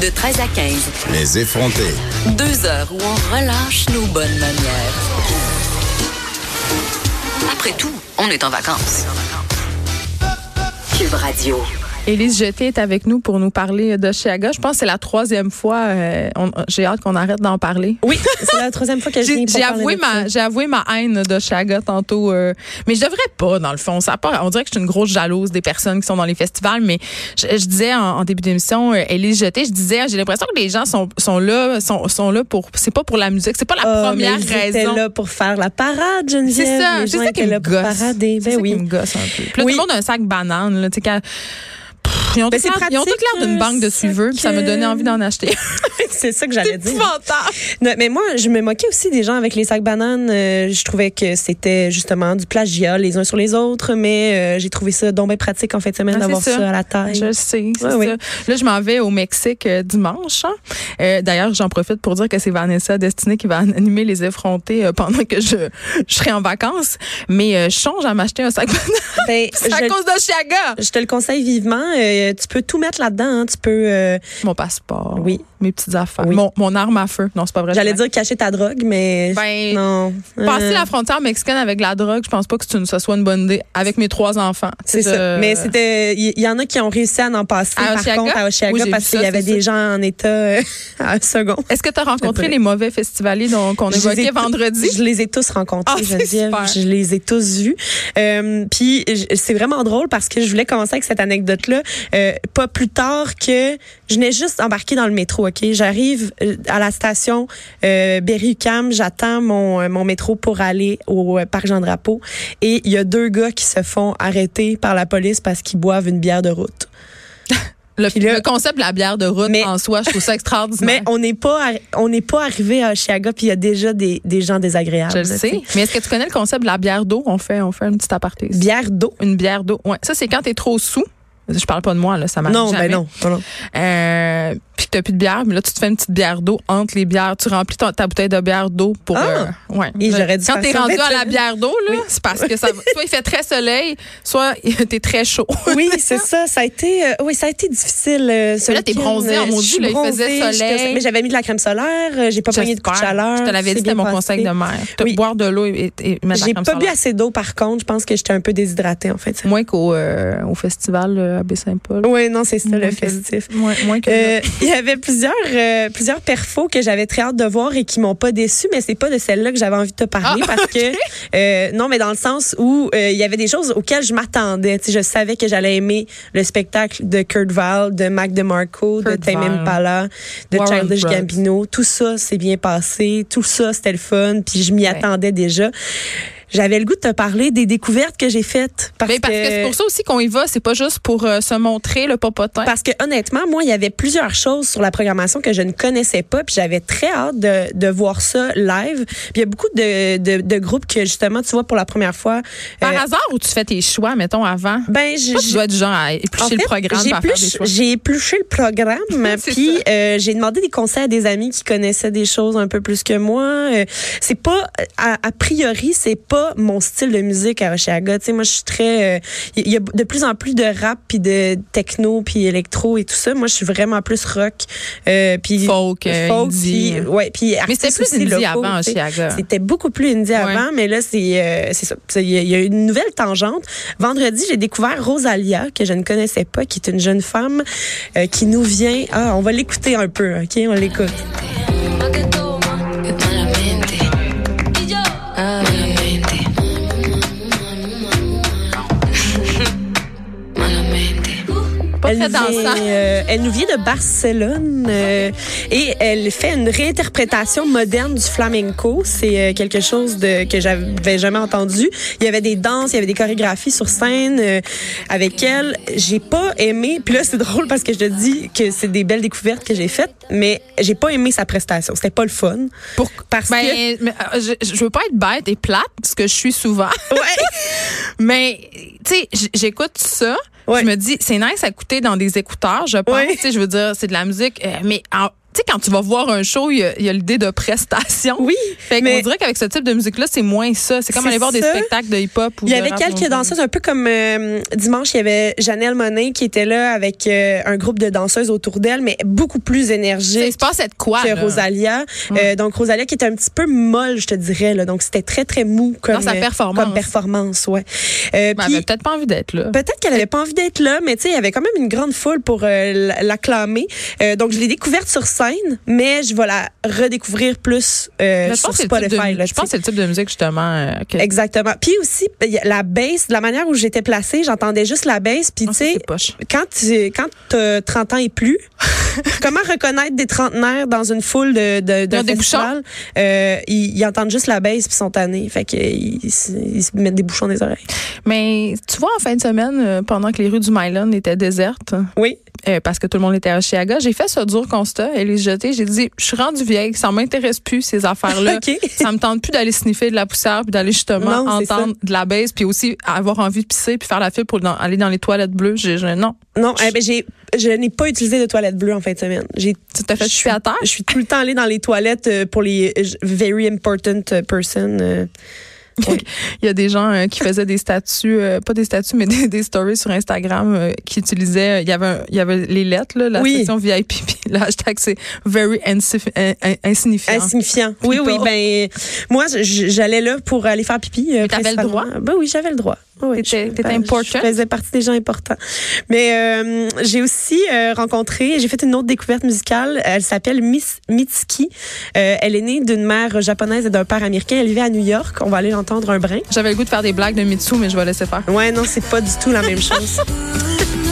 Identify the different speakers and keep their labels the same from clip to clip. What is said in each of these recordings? Speaker 1: De 13 à 15.
Speaker 2: Les effrontés.
Speaker 1: Deux heures où on relâche nos bonnes manières. Après tout, on est en vacances. Cube Radio.
Speaker 3: Élise Jeté est avec nous pour nous parler d'Oshiaga. Je pense que c'est la troisième fois. euh, on- j'ai hâte qu'on arrête d'en parler.
Speaker 4: Oui, c'est la troisième fois que je
Speaker 3: J'ai
Speaker 4: viens pour
Speaker 3: j'ai
Speaker 4: parler
Speaker 3: avoué,
Speaker 4: de
Speaker 3: ma,
Speaker 4: ça.
Speaker 3: j'ai avoué ma haine d'Oshiaga tantôt. euh, mais je devrais pas, dans le fond. Ça a pas- on dirait que je suis une grosse jalouse des personnes qui sont dans les festivals. Mais je, je disais en, en début d'émission, euh, Élise Jeté, je disais, j'ai l'impression que les gens sont, sont là, sont, sont là pour. C'est pas pour la musique, c'est pas la
Speaker 4: Ah, mais
Speaker 3: première
Speaker 4: ils étaient
Speaker 3: raison.
Speaker 4: là pour faire la parade, Geneviève.
Speaker 3: C'est ça,
Speaker 4: Les
Speaker 3: c'est
Speaker 4: gens
Speaker 3: ça qui
Speaker 4: étaient
Speaker 3: me
Speaker 4: là pour
Speaker 3: gosse.
Speaker 4: parader.
Speaker 3: C'est
Speaker 4: Ben
Speaker 3: ça
Speaker 4: oui.
Speaker 3: qui me gosse un peu. Puis là,
Speaker 4: Oui.
Speaker 3: tout le monde a un sac banane, là, tu sais, quand- Pff, Ils ont,
Speaker 4: Ben,
Speaker 3: tout
Speaker 4: c'est
Speaker 3: l'air- ils ont
Speaker 4: pratique,
Speaker 3: tout l'air d'une
Speaker 4: euh,
Speaker 3: banque de
Speaker 4: sac,
Speaker 3: suiveux, puis ça me donnait
Speaker 4: euh,
Speaker 3: envie d'en acheter.
Speaker 4: c'est ça que j'allais dire.
Speaker 3: épouvantable.
Speaker 4: Non, mais moi, je me moquais aussi des gens avec les sacs bananes. Euh, je trouvais que c'était justement du plagiat les uns sur les autres, mais euh, j'ai trouvé ça donc bien pratique en fin de semaine
Speaker 3: Ah, c'est
Speaker 4: d'avoir ça.
Speaker 3: ça.
Speaker 4: à la taille.
Speaker 3: Je le sais, c'est
Speaker 4: Oui,
Speaker 3: ça.
Speaker 4: oui.
Speaker 3: Là, je m'en vais au Mexique euh, dimanche. hein. Euh, D'ailleurs, j'en profite pour dire que c'est Vanessa Destinée qui va an- animer les effrontés euh, pendant que je, je serai en vacances. Mais euh, je change à m'acheter un sac banane.
Speaker 4: Ben,
Speaker 3: C'est à
Speaker 4: je-
Speaker 3: cause de Chiaga.
Speaker 4: Je te le conseille vivement. Euh, tu peux tout mettre là-dedans. hein. Tu peux, euh,
Speaker 3: Mon passeport.
Speaker 4: Oui.
Speaker 3: Mes petites affaires.
Speaker 4: Oui.
Speaker 3: Mon, mon arme à feu. Non, c'est pas vrai.
Speaker 4: j'allais
Speaker 3: je-
Speaker 4: dire cacher ta drogue, mais
Speaker 3: Ben,
Speaker 4: non.
Speaker 3: Passer
Speaker 4: Euh,
Speaker 3: la frontière mexicaine avec la drogue, je pense pas que c'est une- ce soit une bonne idée. Avec mes trois enfants.
Speaker 4: C'est ça.
Speaker 3: Euh,
Speaker 4: Mais c'était, il y, y en a qui ont réussi à en passer.
Speaker 3: À
Speaker 4: par
Speaker 3: Oshiaga?
Speaker 4: contre, à Oshiaga,
Speaker 3: Oui, j'ai vu
Speaker 4: parce
Speaker 3: ça,
Speaker 4: qu'il y avait
Speaker 3: c'est
Speaker 4: des gens en état euh, à un second.
Speaker 3: Est-ce que tu as rencontré
Speaker 4: vrai.
Speaker 3: les mauvais festivaliers dont- qu'on
Speaker 4: Je les ai
Speaker 3: évoquait
Speaker 4: tous-
Speaker 3: vendredi?
Speaker 4: Je les ai tous rencontrés,
Speaker 3: Ah, c'est
Speaker 4: Geneviève.
Speaker 3: super.
Speaker 4: Je les ai tous vus. Euh, puis j- c'est vraiment drôle parce que je voulais commencer avec cette anecdote-là. euh, pas plus tard que je n'ai juste embarqué dans le métro, OK? J'arrive euh, à la station euh, Berry-UQAM, j'attends mon, euh, mon métro pour aller au euh, parc Jean-Drapeau et il y a deux gars qui se font arrêter par la police parce qu'ils boivent une bière de route.
Speaker 3: Le,
Speaker 4: Puis là-
Speaker 3: le concept de la bière de route
Speaker 4: Mais-
Speaker 3: en soi, je trouve ça extraordinaire.
Speaker 4: Mais on n'est pas arri- on n'est pas arrivé à Chiaga puis il y a déjà des, des gens désagréables.
Speaker 3: Je le
Speaker 4: là,
Speaker 3: sais.
Speaker 4: tu
Speaker 3: Mais est-ce que tu connais le concept de la bière d'eau? On fait, on fait un petit aparté. ici.
Speaker 4: Bière d'eau.
Speaker 3: Une bière d'eau. Ouais. Ça, c'est quand t'es trop sous. Je parle pas de moi, là, ça m'arrive
Speaker 4: Non,
Speaker 3: jamais.
Speaker 4: ben non. non, non.
Speaker 3: Euh, puis que t'as plus de bière, mais là, tu te fais une petite bière d'eau entre les bières. Tu remplis ton- ta bouteille de bière d'eau pour...
Speaker 4: Ah!
Speaker 3: euh, ouais.
Speaker 4: Et j'aurais dû
Speaker 3: Quand
Speaker 4: faire
Speaker 3: t'es
Speaker 4: ça.
Speaker 3: rendu à la bière d'eau, là, c'est parce que ça... Soit il fait très soleil, soit t'es très chaud.
Speaker 4: Oui, c'est ça. Ça a été, euh, oui, ça a été difficile. euh, ce
Speaker 3: Mais là, t'es
Speaker 4: week-end.
Speaker 3: bronzée, en
Speaker 4: Euh, je
Speaker 3: maudit,
Speaker 4: suis
Speaker 3: là, il faisait
Speaker 4: bronzée, j'étais-
Speaker 3: soleil.
Speaker 4: Mais j'avais mis de la crème solaire. euh, J'ai pas pogné de coup de
Speaker 3: J'espère.
Speaker 4: chaleur.
Speaker 3: Je te l'avais
Speaker 4: c'est
Speaker 3: dit,
Speaker 4: bien
Speaker 3: c'était mon
Speaker 4: passé.
Speaker 3: conseil de mère. Te-
Speaker 4: Oui.
Speaker 3: Boire de l'eau et, et mettre la
Speaker 4: J'ai
Speaker 3: crème
Speaker 4: pas bu
Speaker 3: solaire.
Speaker 4: assez d'eau, par contre. Je pense que j'étais un peu déshydratée, en fait.
Speaker 3: Moins qu'au euh, au festival euh, à Baie-Saint-Paul.
Speaker 4: Oui, non, c'est ça,
Speaker 3: Moins
Speaker 4: le
Speaker 3: que-
Speaker 4: festif.
Speaker 3: Moins, moins que...
Speaker 4: Euh, il y avait plusieurs euh, plusieurs perfos que j'avais très hâte de voir et qui m'ont pas déçu mais c'est pas de celle-là que j'avais envie de te parler
Speaker 3: Ah,
Speaker 4: parce que euh, non mais dans le sens où euh, il y avait des choses auxquelles je m'attendais, tu sais je savais que j'allais aimer le spectacle de Kurt Vile, de Mac DeMarco, de
Speaker 3: Kurt
Speaker 4: Tame
Speaker 3: Vile.
Speaker 4: Impala, de
Speaker 3: Warren
Speaker 4: Childish
Speaker 3: Brooks.
Speaker 4: Gambino, tout ça s'est bien passé, tout ça c'était le fun puis je m'y attendais déjà. J'avais le goût de te parler des découvertes que j'ai faites parce,
Speaker 3: Ben, parce que c'est pour ça aussi qu'on y va, c'est pas juste pour euh, se montrer le popotin.
Speaker 4: Parce que honnêtement, moi, il y avait plusieurs choses sur la programmation que je ne connaissais pas, puis j'avais très hâte de, de voir ça live. Puis il y a beaucoup de, de, de groupes que justement, tu vois, pour la première fois.
Speaker 3: Par
Speaker 4: euh,
Speaker 3: hasard ou tu fais tes choix, mettons, avant?
Speaker 4: ben, je,
Speaker 3: Pas que tu
Speaker 4: je-
Speaker 3: dois être du genre à
Speaker 4: en
Speaker 3: éplucher le
Speaker 4: fait,
Speaker 3: programme
Speaker 4: j'ai
Speaker 3: pour faire des
Speaker 4: épluché-
Speaker 3: choix.
Speaker 4: J'ai épluché le programme,
Speaker 3: C'est
Speaker 4: puis
Speaker 3: ça.
Speaker 4: euh, j'ai demandé des conseils à des amis qui connaissaient des choses un peu plus que moi. Euh, c'est pas, a, a priori, c'est pas mon style de musique à Oshiaga. Tu sais, moi, je suis très. euh, Il y a de plus en plus de rap, puis de techno, puis électro et tout ça. Moi, je suis vraiment plus rock. Euh, puis
Speaker 3: Folk, euh, indie.
Speaker 4: puis- ouais, puis
Speaker 3: Mais c'était
Speaker 4: artistes
Speaker 3: plus
Speaker 4: aussi
Speaker 3: indie
Speaker 4: locaux,
Speaker 3: avant,
Speaker 4: tu sais.
Speaker 3: Chiaga.
Speaker 4: C'était beaucoup plus indie avant, mais là, c'est euh, c'est ça. C'est- Il y, a- il y a une nouvelle tangente. Vendredi, j'ai découvert Rosalia, que je ne connaissais pas, qui est une jeune femme euh, qui nous vient. Ah, on va l'écouter un peu, OK? On l'écoute.
Speaker 5: Lo que toma es malamente. Y yo, malamente. Malamente.
Speaker 3: Pas
Speaker 4: Elle,
Speaker 3: très dansant.
Speaker 4: vient, euh, elle nous vient de Barcelone euh, et elle fait une réinterprétation moderne du flamenco. C'est euh, quelque chose de, que j'avais jamais entendu. Il y avait des danses, il y avait des chorégraphies sur scène euh, avec elle. J'ai pas aimé. Puis là, c'est drôle parce que je te dis que c'est des belles découvertes que j'ai faites, mais j'ai pas aimé sa prestation. C'était pas le fun.
Speaker 3: Pour-
Speaker 4: Parce
Speaker 3: Ben,
Speaker 4: que
Speaker 3: mais, euh, je, je veux pas être bête et plate, ce que je suis souvent. mais, tu sais, j- j'écoute ça.
Speaker 4: Ouais.
Speaker 3: Je me dis, c'est nice à écouter dans des écouteurs, je pense.
Speaker 4: Ouais.
Speaker 3: Tu sais, je veux dire, c'est de la musique. euh, mais en- sais, quand tu vas voir un show, il y a- il y a, l'idée de prestation.
Speaker 4: Oui,
Speaker 3: Fait qu'on
Speaker 4: mais-
Speaker 3: dirait qu'avec ce type de musique-là, c'est moins ça. C'est comme
Speaker 4: C'est
Speaker 3: aller voir des
Speaker 4: ça.
Speaker 3: spectacles de hip-hop ou
Speaker 4: Il y
Speaker 3: de
Speaker 4: avait
Speaker 3: rap
Speaker 4: quelques
Speaker 3: mondain.
Speaker 4: danseuses, un peu comme euh, dimanche, il y avait Janelle Monet qui était là avec euh, un groupe de danseuses autour d'elle, mais beaucoup plus
Speaker 3: Tu sais, Il
Speaker 4: énergique.
Speaker 3: se passe de quoi?
Speaker 4: que
Speaker 3: là?
Speaker 4: Rosalia. Euh, donc, Rosalia qui était un petit peu molle, je te dirais. Là. Donc, c'était très, très mou comme,
Speaker 3: Dans sa
Speaker 4: euh,
Speaker 3: performance.
Speaker 4: Comme performance, ouais. Euh,
Speaker 3: Ben,
Speaker 4: puis-
Speaker 3: elle avait peut-être pas envie d'être là.
Speaker 4: Peut-être qu'elle avait pas envie d'être là, mais tu sais, il y avait quand même une grande foule pour euh, l- l'acclamer. Euh, donc, je l'ai découverte sur scène, mais je vais la redécouvrir plus
Speaker 3: Mais
Speaker 4: euh,
Speaker 3: je
Speaker 4: sur
Speaker 3: pense que c'est le type
Speaker 4: Spotify.
Speaker 3: de-
Speaker 4: là,
Speaker 3: je pense que
Speaker 4: tu sais.
Speaker 3: c'est le type de musique, justement, euh, que
Speaker 4: Exactement. Puis aussi, il y a la baisse, la manière où j'étais placée, j'entendais juste la baisse. Puis
Speaker 3: Ah,
Speaker 4: tu
Speaker 3: ça,
Speaker 4: sais,
Speaker 3: c'est poche.
Speaker 4: quand tu quand t'as 30 ans et plus, comment reconnaître des trentenaires dans une foule de, de, d'un
Speaker 3: ont des
Speaker 4: festival? Euh, ils, ils entendent juste la baisse puis ils sont tannés. Fait qu'ils ils se- ils se mettent des bouchons des oreilles.
Speaker 3: Mais tu vois, en fin de semaine, euh, pendant que les rues du Milan étaient désertes,
Speaker 4: Oui.
Speaker 3: euh, parce que tout le monde était à Chicago, j'ai fait ce dur constat et les jeter. J'ai dit, je suis rendue vieille, ça m'intéresse plus ces affaires-là.
Speaker 4: OK.
Speaker 3: Ça me tente plus d'aller sniffer de la poussière puis d'aller justement
Speaker 4: Non, c'est
Speaker 3: entendre de la baisse puis aussi avoir envie de pisser puis faire la file pour dans- aller dans les toilettes bleues. J'ai- j'ai- non,
Speaker 4: Non, eh ben, j'ai, je n'ai pas utilisé de toilette bleue en fin de semaine. J'ai,
Speaker 3: tu t'es fait
Speaker 4: je
Speaker 3: tuer à terre.
Speaker 4: Je suis tout le temps allée dans les toilettes euh, pour les euh, very important euh, person. euh.
Speaker 3: Il y a des gens euh, qui faisaient des statuts, euh, pas des statuts, mais des, des stories sur Instagram euh, qui utilisaient, euh, il y avait, un- il y avait les lettres, là, la
Speaker 4: Oui.
Speaker 3: section VIP, puis le hashtag c'est very insif- in- in-
Speaker 4: Ah,
Speaker 3: insignifiant.
Speaker 4: Insignifiant. Oui, oui.
Speaker 3: People.
Speaker 4: Ben, moi, je- je- j'allais là pour aller faire pipi. euh,
Speaker 3: Mais t'avais le
Speaker 4: principalement. Ben oui, j'avais le droit. Oui,
Speaker 3: T'étais-
Speaker 4: je-
Speaker 3: t'étais
Speaker 4: ben,
Speaker 3: important.
Speaker 4: Je faisais partie des gens importants. Mais euh, j'ai aussi euh, rencontré, j'ai fait une autre découverte musicale. Elle s'appelle Miss Mitsuki. Euh, elle est née d'une mère japonaise et d'un père américain. Elle vivait à New York. On va aller l'entendre un brin.
Speaker 3: J'avais le goût de faire des blagues de Mitsu, mais je vais laisser faire.
Speaker 4: Ouais, non, c'est pas du tout la même chose.
Speaker 5: Nobody,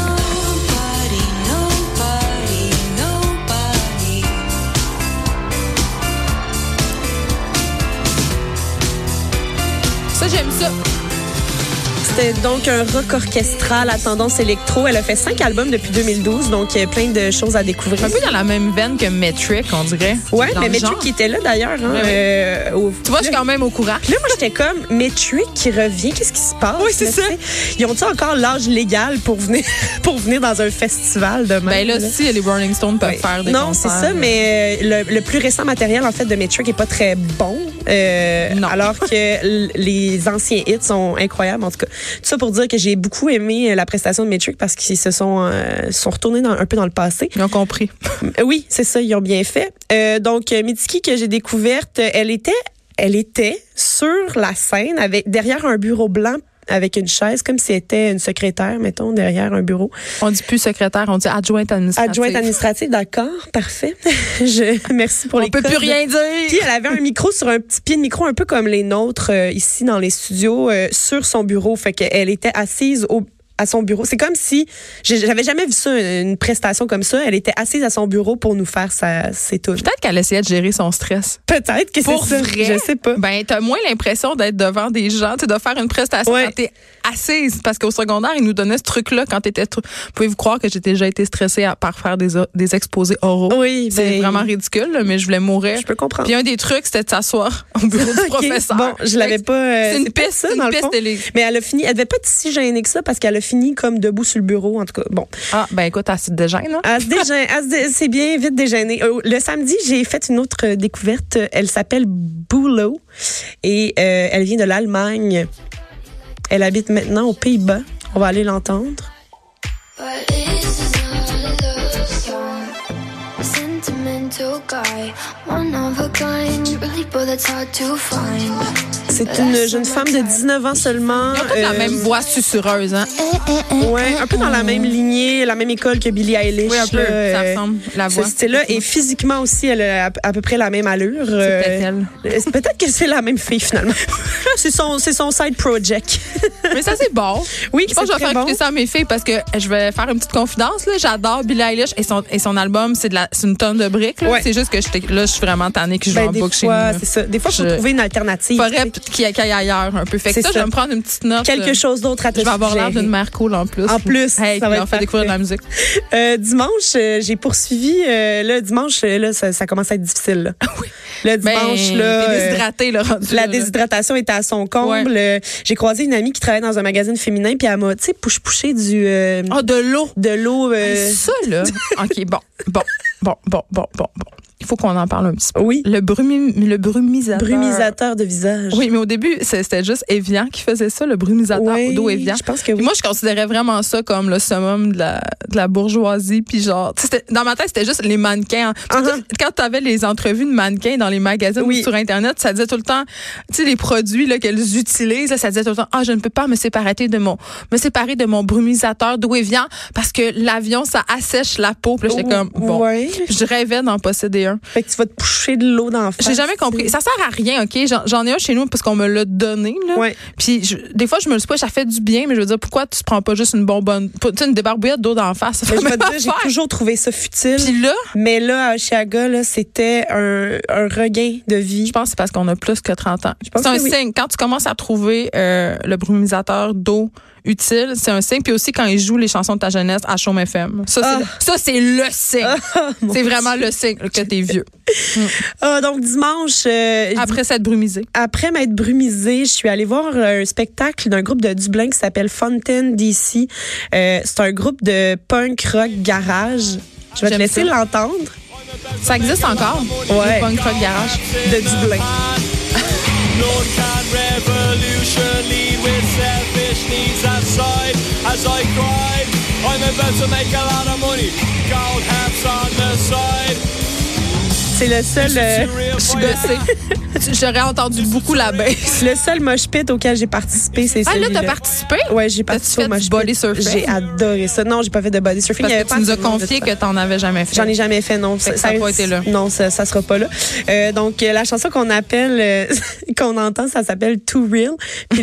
Speaker 5: nobody, nobody.
Speaker 3: Ça, j'aime ça.
Speaker 4: C'était donc un rock orchestral à tendance électro. Elle a fait cinq albums depuis 2012, donc euh, plein de choses à découvrir.
Speaker 3: Un peu dans la même veine que Metric, on dirait.
Speaker 4: Ouais,
Speaker 3: Dans
Speaker 4: mais
Speaker 3: le
Speaker 4: Metric
Speaker 3: genre.
Speaker 4: qui était là d'ailleurs. hein,
Speaker 3: Ouais,
Speaker 4: euh, au-
Speaker 3: Tu vois, je suis quand même au courant.
Speaker 4: Là, moi, j'étais comme, Metric qui revient, qu'est-ce qui se passe?
Speaker 3: Oui, c'est
Speaker 4: Mais
Speaker 3: ça.
Speaker 4: tu sais, Ils ont-ils encore l'âge légal pour venir, pour venir dans un festival demain?
Speaker 3: Ben là, si les Rolling Stones peuvent
Speaker 4: Ouais.
Speaker 3: faire des
Speaker 4: non, c'est
Speaker 3: concerts,
Speaker 4: ça,
Speaker 3: euh,
Speaker 4: mais euh, le, le plus récent matériel en fait de Metric est pas très bon, euh,
Speaker 3: Non.
Speaker 4: alors que l- les anciens hits sont incroyables. En tout cas, tout ça pour dire que j'ai beaucoup aimé euh, la prestation de Metric parce qu'ils se sont euh, sont retournés dans- un peu dans le passé.
Speaker 3: Ils ont compris.
Speaker 4: Euh, Oui, c'est ça, ils ont bien fait. Euh, donc, euh, Mitski que j'ai découverte, euh, elle était, elle était sur la scène avec derrière un bureau blanc avec une chaise, comme si c'était une secrétaire, mettons, derrière un bureau.
Speaker 3: On dit plus secrétaire, on dit adjointe administrative.
Speaker 4: Adjointe administrative, d'accord, parfait. Je, merci pour
Speaker 3: On
Speaker 4: les
Speaker 3: peut
Speaker 4: codes.
Speaker 3: plus rien
Speaker 4: Puis
Speaker 3: dire.
Speaker 4: elle avait un micro sur un petit pied de micro, un peu comme les nôtres euh, ici dans les studios, euh, sur son bureau. Fait qu'elle était assise au à son bureau. C'est comme si j'ai- j'avais jamais vu ça, une une prestation comme ça. Elle était assise à son bureau pour nous faire sa, ses touches.
Speaker 3: Peut-être qu'elle essayait de gérer son stress.
Speaker 4: Peut-être que c'est
Speaker 3: Pour
Speaker 4: ça.
Speaker 3: vrai?
Speaker 4: Je sais pas.
Speaker 3: Ben, t'as moins l'impression d'être devant des gens, tu sais, de faire une prestation
Speaker 4: Ouais.
Speaker 3: quand t'es assise. Parce qu'au secondaire, ils nous donnaient ce truc-là quand t'étais. tr- Pouvez-vous croire que j'ai déjà été stressée à, par faire des, o- des exposés oraux?
Speaker 4: Oui,
Speaker 3: C'est
Speaker 4: ben,
Speaker 3: vraiment ridicule, là, mais je voulais mourir.
Speaker 4: Je peux comprendre.
Speaker 3: Puis un des trucs, c'était de s'asseoir au bureau du
Speaker 4: euh, Ok,
Speaker 3: professeur.
Speaker 4: Bon, je l'avais pas. euh,
Speaker 3: C'est une
Speaker 4: pas
Speaker 3: piste,
Speaker 4: ça,
Speaker 3: c'est une
Speaker 4: dans le
Speaker 3: piste
Speaker 4: fond.
Speaker 3: de les-
Speaker 4: Mais elle a fini. Elle devait pas être si gênée que ça parce qu'elle a fini comme debout sur le bureau, en tout cas. Bon.
Speaker 3: Ah, ben écoute, assez de gêne, là.
Speaker 4: Elle se dégêne- elle se dé- C'est bien vite déjeuner. Euh, Le samedi, j'ai fait une autre euh, découverte. Elle s'appelle Boulo et euh, elle vient de l'Allemagne. Elle habite maintenant aux Pays-Bas. On va aller l'entendre.
Speaker 5: But this is not a love song. A sentimental guy, one of a kind. Really, but it's hard to find.
Speaker 4: C'est une jeune femme de 19 ans seulement.
Speaker 3: Ils ont toutes la
Speaker 4: Euh,
Speaker 3: même voix susurreuse, hein.
Speaker 4: Ouais, un peu dans la même lignée, la même école que Billie Eilish.
Speaker 3: Oui, un peu,
Speaker 4: là,
Speaker 3: ça
Speaker 4: euh,
Speaker 3: ressemble, la
Speaker 4: ce
Speaker 3: voix.
Speaker 4: style-là. Et physiquement aussi, elle a à, à peu près la même allure. Euh,
Speaker 3: peut-être elle.
Speaker 4: euh, c'est peut-être que c'est la même fille, finalement. c'est son, c'est son side project.
Speaker 3: Mais ça, c'est bon.
Speaker 4: Oui,
Speaker 3: Je pense
Speaker 4: c'est
Speaker 3: que je vais
Speaker 4: très
Speaker 3: faire
Speaker 4: bon.
Speaker 3: écouter ça à mes filles parce que je vais faire une petite confidence. là. J'adore Billie Eilish et son, et son album, c'est de la- c'est une tonne de briques. là.
Speaker 4: Ouais.
Speaker 3: C'est juste que j'étais- là, je suis vraiment tannée que je joue
Speaker 4: Ben,
Speaker 3: en
Speaker 4: des
Speaker 3: boucle chez
Speaker 4: fois,
Speaker 3: nous.
Speaker 4: c'est ça. Des fois, il faut
Speaker 3: Je-
Speaker 4: trouver une alternative.
Speaker 3: Faudrait
Speaker 4: tu sais.
Speaker 3: note qui accueille ailleurs un peu. Fait que
Speaker 4: C'est
Speaker 3: ça, je vais
Speaker 4: ça.
Speaker 3: me prendre une petite note.
Speaker 4: Quelque
Speaker 3: euh,
Speaker 4: chose d'autre à te
Speaker 3: Je vais avoir l'air
Speaker 4: suggérer.
Speaker 3: d'une mère cool en plus.
Speaker 4: En plus,
Speaker 3: Hey,
Speaker 4: ça
Speaker 3: qui
Speaker 4: va
Speaker 3: leur
Speaker 4: être
Speaker 3: fait découvrir de la
Speaker 4: parfait.
Speaker 3: musique.
Speaker 4: Euh, dimanche, euh, j'ai poursuivi. euh, là, dimanche, euh, là, ça, ça commence à être difficile. Là. Le dimanche,
Speaker 3: Ben,
Speaker 4: là,
Speaker 3: t'es
Speaker 4: euh,
Speaker 3: déshydraté, là, rendu là,
Speaker 4: la
Speaker 3: là.
Speaker 4: déshydratation était à son comble. Euh, J'ai croisé une amie qui travaille dans un magazine féminin, puis elle m'a, tu sais, pouche-pouché du euh,
Speaker 3: Ah, de l'eau.
Speaker 4: de l'eau. euh,
Speaker 3: Hey, Ça, là. OK, bon, bon, bon, bon, bon, bon, bon. Il faut qu'on en parle un petit peu.
Speaker 4: oui,
Speaker 3: Le, brumi, le brumisateur.
Speaker 4: brumisateur de visage.
Speaker 3: Oui, mais au début, c'est- c'était juste Evian qui faisait ça, le brumisateur
Speaker 4: Oui,
Speaker 3: d'eau Evian.
Speaker 4: Je pense que
Speaker 3: Puis
Speaker 4: oui.
Speaker 3: Moi, je considérais vraiment ça comme le summum de la, de la bourgeoisie. Puis genre, tu sais, c'était- dans ma tête, c'était juste les mannequins. hein. Parce que
Speaker 4: Uh-huh.
Speaker 3: Quand tu avais les entrevues de mannequins dans les magazines
Speaker 4: Oui.
Speaker 3: ou sur Internet, ça disait tout le temps, tu sais, les produits là, qu'elles utilisent, là, ça disait tout le temps, ah, je ne peux pas me séparer de mon, me séparer de mon brumisateur d'où il vient parce que l'avion, ça assèche la peau. Puis là, j'étais comme, bon.
Speaker 4: Oh, Ouais.
Speaker 3: Je rêvais d'en posséder un.
Speaker 4: Fait que tu vas te poucher de l'eau dans la face.
Speaker 3: J'ai jamais compris. Ça sert à rien, OK? J'en- J'en ai un chez nous parce qu'on me l'a donné, là.
Speaker 4: Ouais.
Speaker 3: Puis je- des fois, je me le pas, ça fait du bien, mais je veux dire, pourquoi tu prends pas juste une bonbonne, pas- tu sais, une débarbouillade d'eau d'en face? Ça fait
Speaker 4: Mais je
Speaker 3: la
Speaker 4: vais te
Speaker 3: même
Speaker 4: dire, j'ai
Speaker 3: affaire.
Speaker 4: toujours trouvé ça futile.
Speaker 3: Puis là,
Speaker 4: Mais là, à Chiaga, là, c'était un, un regain de vie.
Speaker 3: je pense que c'est parce qu'on a plus que 30 ans.
Speaker 4: pense
Speaker 3: C'est un
Speaker 4: que oui.
Speaker 3: signe. Quand tu commences à trouver euh, le brumisateur d'eau utile, c'est un signe. Puis aussi quand ils jouent les chansons de ta jeunesse à Chaume FM. Ça, c'est
Speaker 4: Ah.
Speaker 3: le- ça, c'est le signe. c'est vraiment le signe que t'es vieux.
Speaker 4: Ah, donc dimanche, euh,
Speaker 3: Après s'être brumisé.
Speaker 4: après m'être brumisée, je suis allée voir euh, un spectacle d'un groupe de Dublin qui s'appelle Fontaine DC. Euh, c'est un groupe de punk rock garage. Je vais te
Speaker 3: J'aime
Speaker 4: laisser
Speaker 3: ça.
Speaker 4: l'entendre
Speaker 3: Ça existe encore?
Speaker 4: Ouais.
Speaker 3: Le punk rock garage.
Speaker 4: de Dublin.
Speaker 2: Lord can revolution lead with selfish needs aside As I cried, I'm about to make a lot of money Gold hats on the side
Speaker 4: C'est le seul euh,
Speaker 3: Je
Speaker 2: Real
Speaker 3: suis gossée. J'aurais entendu beaucoup la baisse.
Speaker 4: le seul mosh pit auquel j'ai participé, c'est
Speaker 3: Ah, là,
Speaker 4: celui-là.
Speaker 3: t'as participé?
Speaker 4: Ouais, j'ai
Speaker 3: T'as-tu
Speaker 4: participé
Speaker 3: fait
Speaker 4: au mosh
Speaker 3: du
Speaker 4: pit.
Speaker 3: body surfing?
Speaker 4: J'ai adoré ça. Non, j'ai pas fait de body surfing.
Speaker 3: Parce
Speaker 4: Il y avait
Speaker 3: que
Speaker 4: pas
Speaker 3: tu nous as
Speaker 4: assez de monde, de
Speaker 3: confié
Speaker 4: toute
Speaker 3: que t'en avais jamais fait.
Speaker 4: J'en ai jamais fait, non.
Speaker 3: Fait que ça a pas été là.
Speaker 4: Non, ça, ça sera pas là. Euh, donc, euh, la chanson qu'on appelle, euh, qu'on entend, ça s'appelle Too Real. Puis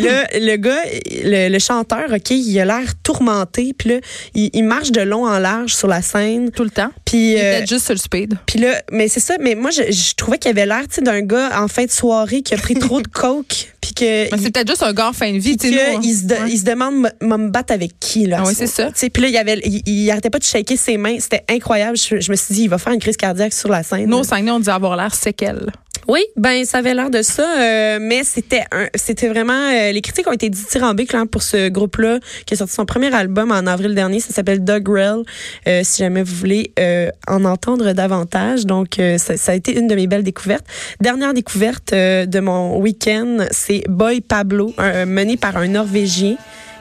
Speaker 4: là, le gars, le, le chanteur, OK, il a l'air tourmenté. Puis là, il, il marche de long en large sur la scène.
Speaker 3: tout le temps.
Speaker 4: Puis,
Speaker 3: Il
Speaker 4: euh,
Speaker 3: était juste sur le speed.
Speaker 4: puis là, mais c'est ça, mais moi, je, je trouvais qu'il avait l'air, tu sais, d'un gars en fin de soirée qui a pris trop de coke. Puis que.
Speaker 3: Mais Ben, c'est peut-être juste un gars en fin de vie. tu sais,
Speaker 4: Que
Speaker 3: nous, hein.
Speaker 4: il, se de-
Speaker 3: Ouais.
Speaker 4: il se demande me- me me battre avec qui là. à
Speaker 3: Ah oui,
Speaker 4: ce
Speaker 3: c'est
Speaker 4: moment-là.
Speaker 3: ça.
Speaker 4: Tu sais, Puis là il y avait il, il arrêtait pas de shaker ses mains, c'était incroyable. Je, je me suis dit il va faire une crise cardiaque sur la scène.
Speaker 3: Nous, au Saguenay, on dit avoir l'air séquelle.
Speaker 4: Oui, ben ça avait l'air de ça, euh, mais c'était un- c'était vraiment euh, les critiques ont été dithyrambiques là, pour ce groupe-là qui a sorti son premier album en avril dernier. Ça s'appelle Doug Rell. Euh, si jamais vous voulez euh, en entendre davantage, donc euh, ça, ça a été une de mes belles découvertes. Dernière découverte euh, de mon week-end, c'est Boy Pablo, un- euh, mené par un Norvégien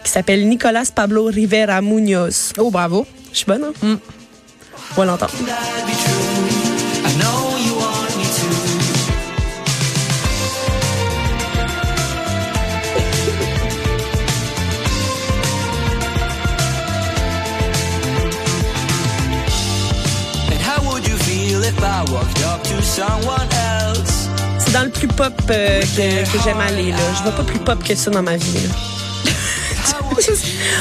Speaker 4: qui s'appelle Nicolas Pablo Rivera Munoz.
Speaker 3: Oh, bravo.
Speaker 4: Je suis bonne, hein?
Speaker 3: Mm.
Speaker 4: On va l'entendre.
Speaker 6: I know you want me to. And how would you feel if I walked up to someone else?
Speaker 4: C'est dans le plus pop euh, que, que j'aime aller là. Je vais pas plus pop que ça dans ma vie. là.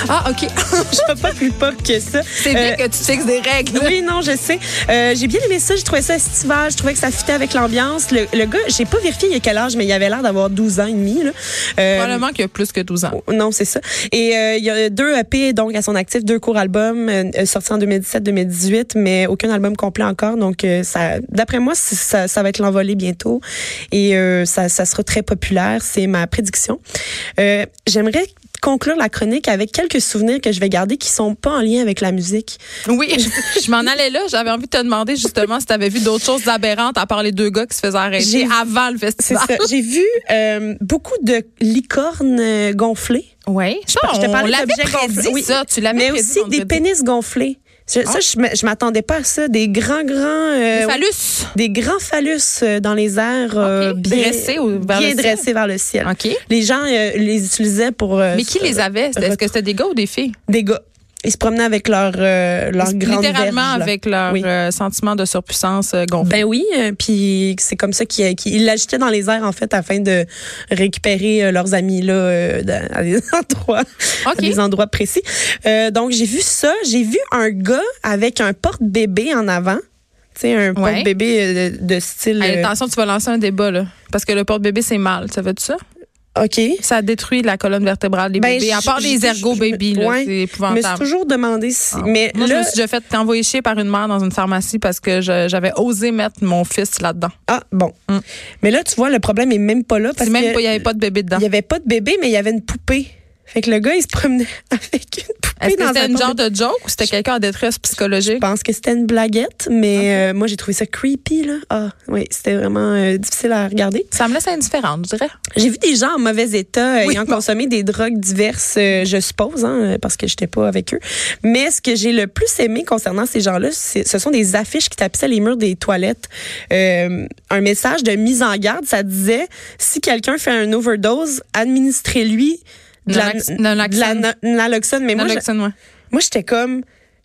Speaker 3: Ah, OK.
Speaker 4: Je peux pas plus pop que ça.
Speaker 3: C'est bien
Speaker 4: Euh,
Speaker 3: que tu fixes des règles.
Speaker 4: oui, non, je sais. Euh, j'ai bien aimé ça. J'ai trouvé ça estival. Je trouvais que ça fitait avec l'ambiance. Le, le gars, j'ai pas vérifié il y a quel âge, mais il avait l'air d'avoir 12 ans et demi. Là. Euh,
Speaker 3: Probablement qu'il y a plus que 12 ans.
Speaker 4: non, c'est ça. Et euh, il y a deux EP donc à son actif, deux courts albums euh, sortis en 2017-2018, mais aucun album complet encore. Donc euh, ça, d'après moi, c- ça, ça va être l'envolée bientôt et euh, ça, ça sera très populaire. C'est ma prédiction. Euh, J'aimerais conclure la chronique avec quelques souvenirs que je vais garder qui sont pas en lien avec la musique.
Speaker 3: Oui, je m'en allais là. J'avais envie de te demander justement si tu avais vu d'autres choses aberrantes à part les deux gars qui se faisaient arrêter
Speaker 4: J'ai-
Speaker 3: avant le
Speaker 4: C'est
Speaker 3: festival.
Speaker 4: ça. J'ai vu euh, beaucoup de licornes euh, gonflées.
Speaker 3: Oui. Je,
Speaker 4: Ah, je te
Speaker 3: on
Speaker 4: parlais
Speaker 3: l'avait
Speaker 4: d'objets
Speaker 3: prédit,
Speaker 4: gonflés. Oui.
Speaker 3: ça. Tu l'avais
Speaker 4: Mais
Speaker 3: prédit,
Speaker 4: aussi
Speaker 3: on
Speaker 4: des
Speaker 3: te dit.
Speaker 4: pénis gonflés. Je- Ça, je, m- je m'attendais pas à ça. Des grands, grands. euh,
Speaker 3: Phallus.
Speaker 4: Des grands phallus euh, dans les airs, euh, bien
Speaker 3: Dressés au- vers
Speaker 4: bien
Speaker 3: le ciel.
Speaker 4: dressés vers le ciel.
Speaker 3: OK.
Speaker 4: Les gens euh, les utilisaient pour. euh,
Speaker 3: Mais qui les avait? Est-ce que c'était des gars ou des filles?
Speaker 4: Des gars. Ils se promenaient avec leur, euh, leur grande
Speaker 3: Littéralement
Speaker 4: verge, là.
Speaker 3: avec leur
Speaker 4: Oui.
Speaker 3: euh, sentiment de surpuissance euh, gonflé.
Speaker 4: Ben oui, euh, puis c'est comme ça qu'ils qu'ils- ils l'agitaient dans les airs en fait afin de récupérer euh, leurs amis là euh, dans- à des endroits, à
Speaker 3: OK.
Speaker 4: des endroits précis. Euh, donc j'ai vu ça, j'ai vu un gars avec un porte-bébé en avant, tu sais un porte-bébé euh, de, de style.
Speaker 3: Hey,
Speaker 4: euh,
Speaker 3: attention, tu vas lancer un débat là, parce que le porte-bébé c'est mal. Ça veut dire ça
Speaker 4: euh, OK.
Speaker 3: Ça détruit la colonne vertébrale des
Speaker 4: Ben,
Speaker 3: bébés, à
Speaker 4: je-
Speaker 3: part
Speaker 4: je-
Speaker 3: les
Speaker 4: je-
Speaker 3: ergo
Speaker 4: je me-
Speaker 3: baby, là, c'est
Speaker 4: ouais, Je me suis
Speaker 3: épouvantable. Ah.
Speaker 4: toujours demandé si. Mais
Speaker 3: Moi, je
Speaker 4: là,
Speaker 3: me suis déjà fait envoyer chier par une mère dans une pharmacie parce que je- j'avais osé mettre mon fils là-dedans.
Speaker 4: ah, bon. Mais là, tu vois, le problème est même pas là.
Speaker 3: Hmm. C'est
Speaker 4: Parce
Speaker 3: Même
Speaker 4: que-
Speaker 3: pas, il n'y avait pas de bébé dedans.
Speaker 4: Il y avait pas de bébé, mais il y avait une poupée. Fait que le gars, il se promenait avec une
Speaker 3: Est-ce
Speaker 4: poupée
Speaker 3: que
Speaker 4: dans
Speaker 3: c'était
Speaker 4: un
Speaker 3: une
Speaker 4: genre
Speaker 3: genre de joke ou c'était quelqu'un en détresse
Speaker 4: Je
Speaker 3: psychologique?
Speaker 4: pense que c'était une blaguette, mais euh, moi, j'ai trouvé ça creepy, là. Ah, oui, c'était vraiment euh, difficile à regarder.
Speaker 3: Ça me laisse indifférente, je dirais.
Speaker 4: J'ai vu des gens en mauvais état euh,
Speaker 3: Oui.
Speaker 4: ayant consommé des drogues diverses, euh, je suppose, hein, euh, parce que j'étais pas avec eux. Mais ce que j'ai le plus aimé concernant ces gens-là, c'est- ce sont des affiches qui tapissaient les murs des toilettes. Euh, un message de mise en garde, ça disait si quelqu'un fait un overdose, administrez-lui de la-
Speaker 3: Nalox-
Speaker 4: de la
Speaker 3: naloxone.
Speaker 4: na- naloxone. Mais moi, je-
Speaker 3: Naloxone, ouais.
Speaker 4: moi, j'étais comme,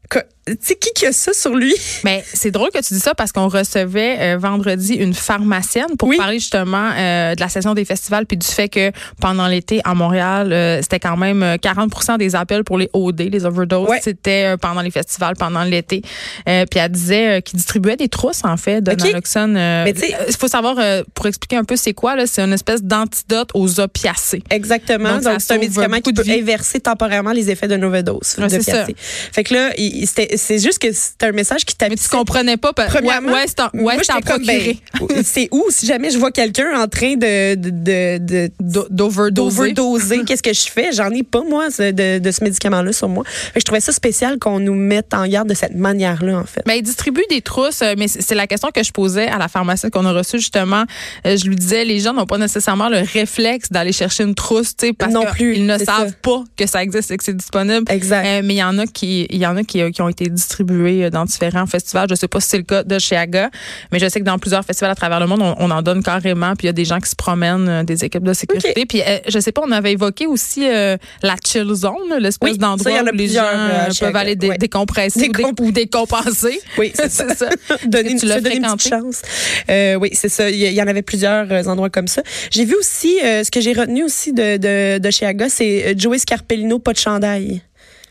Speaker 4: co- tu sais qui qui a ça sur lui
Speaker 3: Mais c'est drôle que tu dis ça parce qu'on recevait euh, vendredi une pharmacienne pour
Speaker 4: Oui.
Speaker 3: parler justement euh, de la session des festivals puis du fait que pendant l'été à Montréal, euh, c'était quand même euh, 40 des appels pour les OD, les overdoses,
Speaker 4: Ouais.
Speaker 3: c'était euh, pendant les festivals, pendant l'été. Euh, puis elle disait euh, qu'ils distribuaient des trousses en fait de
Speaker 4: Ok.
Speaker 3: naloxone. euh,
Speaker 4: Mais tu sais-
Speaker 3: il faut savoir euh, pour expliquer un peu c'est quoi là, c'est une espèce d'antidote aux opiacés.
Speaker 4: Exactement.
Speaker 3: Donc, ça
Speaker 4: Donc, c'est un
Speaker 3: sauve
Speaker 4: médicament
Speaker 3: beaucoup
Speaker 4: qui
Speaker 3: de
Speaker 4: peut
Speaker 3: vies.
Speaker 4: inverser temporairement les effets d'une overdose.
Speaker 3: Ouais,
Speaker 4: de
Speaker 3: c'est ça.
Speaker 4: Piaget. Fait que là, il- il- c'était- c'est juste que c'est un message qui
Speaker 3: Mais tu
Speaker 4: tapissait.
Speaker 3: comprenais pas parce-
Speaker 4: Premièrement,
Speaker 3: ouais, ouais, c'est en-
Speaker 4: moi,
Speaker 3: ouais, c'est en
Speaker 4: j'étais comme,
Speaker 3: procuré.
Speaker 4: ben, c'est où si jamais je vois quelqu'un en train de de- de- de-
Speaker 3: D'o- D'overdoser.
Speaker 4: d'overdoser, qu'est-ce que je fais J'en ai pas moi ce- de, de ce médicament-là sur moi. Fait que Je trouvais ça spécial qu'on nous mette en garde de cette manière-là en fait.
Speaker 3: Ben, il distribue des trousses, euh, mais c'est c'est la question que je posais à la pharmacienne qu'on a reçue justement. Euh, je lui disais, les gens n'ont pas nécessairement le réflexe d'aller chercher une trousse, tu sais, parce
Speaker 4: Non plus,
Speaker 3: qu'ils ne
Speaker 4: c'est
Speaker 3: savent
Speaker 4: ça.
Speaker 3: pas que ça existe et que c'est disponible.
Speaker 4: Exact.
Speaker 3: Euh, mais il y en a qui, il y en a qui, euh, qui ont été distribués euh, dans différents festivals. Je sais pas si c'est le cas de chez Aga, mais je sais que dans plusieurs festivals à travers le monde, on, on en donne carrément. Puis il y a des gens qui se promènent, euh, des équipes de sécurité.
Speaker 4: Ok.
Speaker 3: Puis euh, je sais pas, on avait évoqué aussi euh, la chill zone, l'espèce
Speaker 4: Oui,
Speaker 3: d'endroit
Speaker 4: ça, il y en a
Speaker 3: où les gens
Speaker 4: plusieurs, euh,
Speaker 3: euh,
Speaker 4: chez
Speaker 3: peuvent
Speaker 4: Aga,
Speaker 3: aller dé-
Speaker 4: ouais.
Speaker 3: décompresser ou dé-
Speaker 4: Décomp-
Speaker 3: ou décompenser.
Speaker 4: Oui, c'est ça.
Speaker 3: c'est ça.
Speaker 4: donner,
Speaker 3: Est-ce que tu
Speaker 4: se
Speaker 3: l'as
Speaker 4: donner une
Speaker 3: fréquenté?
Speaker 4: petite chance. Euh, oui, c'est ça. Il y, il y en avait plusieurs euh, endroits comme ça. J'ai vu aussi, euh, ce que j'ai retenu aussi de, de, de chez Aga, c'est euh, Joey Scarpellino, pas de chandail.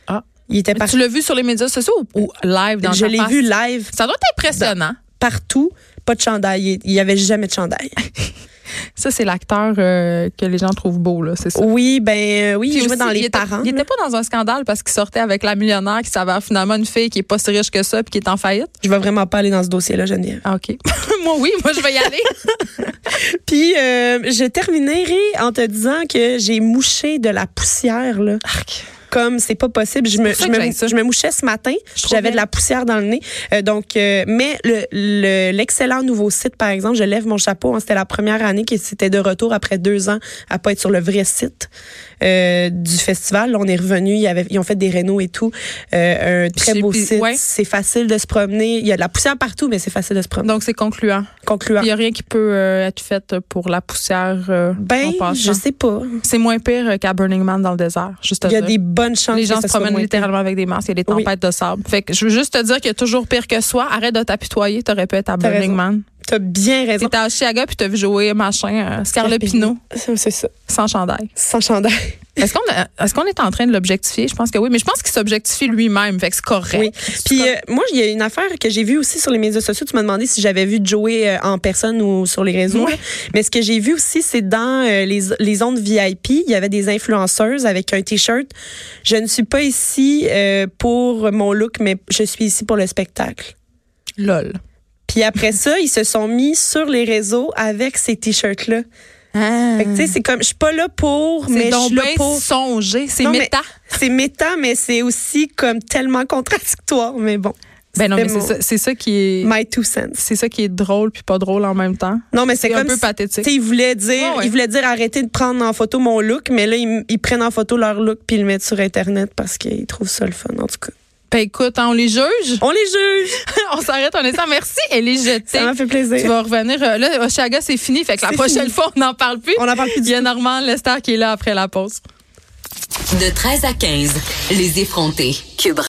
Speaker 3: Ah.
Speaker 4: Il était
Speaker 3: Mais Tu
Speaker 4: partout.
Speaker 3: l'as vu sur les médias sociaux ou, ou live dans
Speaker 4: Je
Speaker 3: ta
Speaker 4: l'ai
Speaker 3: face?
Speaker 4: vu live
Speaker 3: Ça doit être impressionnant.
Speaker 4: partout, pas de chandail. Il n'y avait jamais de chandail.
Speaker 3: Ça, c'est l'acteur euh, que les gens trouvent beau, là, c'est ça.
Speaker 4: Oui, ben euh, oui,
Speaker 3: Puis
Speaker 4: il jouait
Speaker 3: aussi,
Speaker 4: dans
Speaker 3: il
Speaker 4: Les
Speaker 3: était-
Speaker 4: Parents.
Speaker 3: Il était pas dans un scandale parce qu'il sortait avec la millionnaire qui s'avère finalement une fille qui est pas si riche que ça puis qui est en faillite.
Speaker 4: Je vais vraiment pas aller dans ce dossier-là, Geneviève.
Speaker 3: Ah, OK. moi, oui, moi, je vais y aller.
Speaker 4: Puis, euh, je terminerai en te disant que j'ai mouché de la poussière, là. Comme c'est pas possible, je me,
Speaker 3: pour ça
Speaker 4: je,
Speaker 3: que j'aime
Speaker 4: me,
Speaker 3: ça.
Speaker 4: je me mouchais ce matin,
Speaker 3: trouve
Speaker 4: j'avais
Speaker 3: bien.
Speaker 4: de la poussière dans le nez. Euh, donc, euh, mais le- le- l'excellent nouveau site, par exemple, je lève mon chapeau. hein, c'était la première année que c'était de retour après deux ans à pas être sur le vrai site euh, du festival. Là, on est revenu, il y avait- ils ont fait des rénaux et tout. Euh, un très
Speaker 3: j'ai-
Speaker 4: beau
Speaker 3: puis-
Speaker 4: site.
Speaker 3: ouais.
Speaker 4: C'est facile de se promener. Il y a de la poussière partout, mais c'est facile de se promener.
Speaker 3: Donc, c'est concluant.
Speaker 4: Concluant.
Speaker 3: Il y a rien qui peut euh, être fait pour la poussière euh, en
Speaker 4: Ben, je
Speaker 3: passant.
Speaker 4: sais pas.
Speaker 3: C'est moins pire qu'à Burning Man dans le désert, juste à
Speaker 4: Il y a
Speaker 3: dire.
Speaker 4: des bonnes chances
Speaker 3: Les gens se
Speaker 4: que ce soit
Speaker 3: promènent
Speaker 4: moins
Speaker 3: littéralement avec des masques. Il y a des
Speaker 4: Oui.
Speaker 3: tempêtes de sable. Fait que je veux juste te dire qu'il y a toujours pire que soi. Arrête de t'apitoyer. T'aurais pu être à Burning
Speaker 4: raison.
Speaker 3: Man.
Speaker 4: pire. T'as bien raison.
Speaker 3: T'étais à Chicago puis t'as vu jouer machin, euh, Scarlett Pino,
Speaker 4: C'est c'est ça.
Speaker 3: sans chandail.
Speaker 4: Sans chandail.
Speaker 3: Est-ce qu'on a- est-ce qu'on est en train de l'objectifier? Je pense que oui. Mais je pense qu'il s'objectifie lui-même. Fait que c'est correct.
Speaker 4: Oui. Puis euh, moi, il y a une affaire que j'ai vue aussi sur les médias sociaux. Tu m'as demandé si j'avais vu Joey euh, en personne ou sur les réseaux. là. Mais ce que j'ai vu aussi, c'est dans euh, les, les ondes VIP, il y avait des influenceuses avec un T-shirt. Je ne suis pas ici euh, pour mon look, mais je suis ici pour le spectacle. euh,
Speaker 3: Lol.
Speaker 4: Puis après ça, ils se sont mis sur les réseaux avec ces T-shirts-là. Fait que, tu sais, c'est comme, je suis pas là pour,
Speaker 3: Ah. C'est
Speaker 4: Ah, mais je
Speaker 3: donc
Speaker 4: suis là
Speaker 3: bien
Speaker 4: pour.
Speaker 3: songer. C'est
Speaker 4: Non, mais-
Speaker 3: méta.
Speaker 4: C'est méta, mais c'est aussi comme tellement contradictoire. Mais bon.
Speaker 3: Ben non, mais
Speaker 4: C'était
Speaker 3: c'est ça, c'est ça qui est.
Speaker 4: My two cents.
Speaker 3: C'est ça qui est drôle puis pas drôle en même temps.
Speaker 4: Non, mais c'est
Speaker 3: C'est un
Speaker 4: comme.
Speaker 3: peu
Speaker 4: si-
Speaker 3: pathétique.
Speaker 4: tu sais, ils voulaient dire,
Speaker 3: Ouais, ouais.
Speaker 4: ils voulaient dire arrêtez de prendre en photo mon look, mais là, ils, ils prennent en photo leur look puis ils le mettent sur Internet parce qu'ils trouvent ça le fun, en tout cas.
Speaker 3: Ben écoute, hein, on les juge.
Speaker 4: On les juge!
Speaker 3: on s'arrête un instant. Merci. Elle est jetée.
Speaker 4: Ça m'a fait
Speaker 3: Tu
Speaker 4: plaisir.
Speaker 3: vas revenir. euh, Là, Oshaga, c'est fini. Fait que la
Speaker 4: C'est
Speaker 3: prochaine
Speaker 4: fini.
Speaker 3: fois, on n'en parle plus.
Speaker 4: On n'en parle plus
Speaker 3: Il
Speaker 4: du
Speaker 3: y a Normand Lester qui est là après la pause.
Speaker 1: De 13 à 15, les effrontés. Cube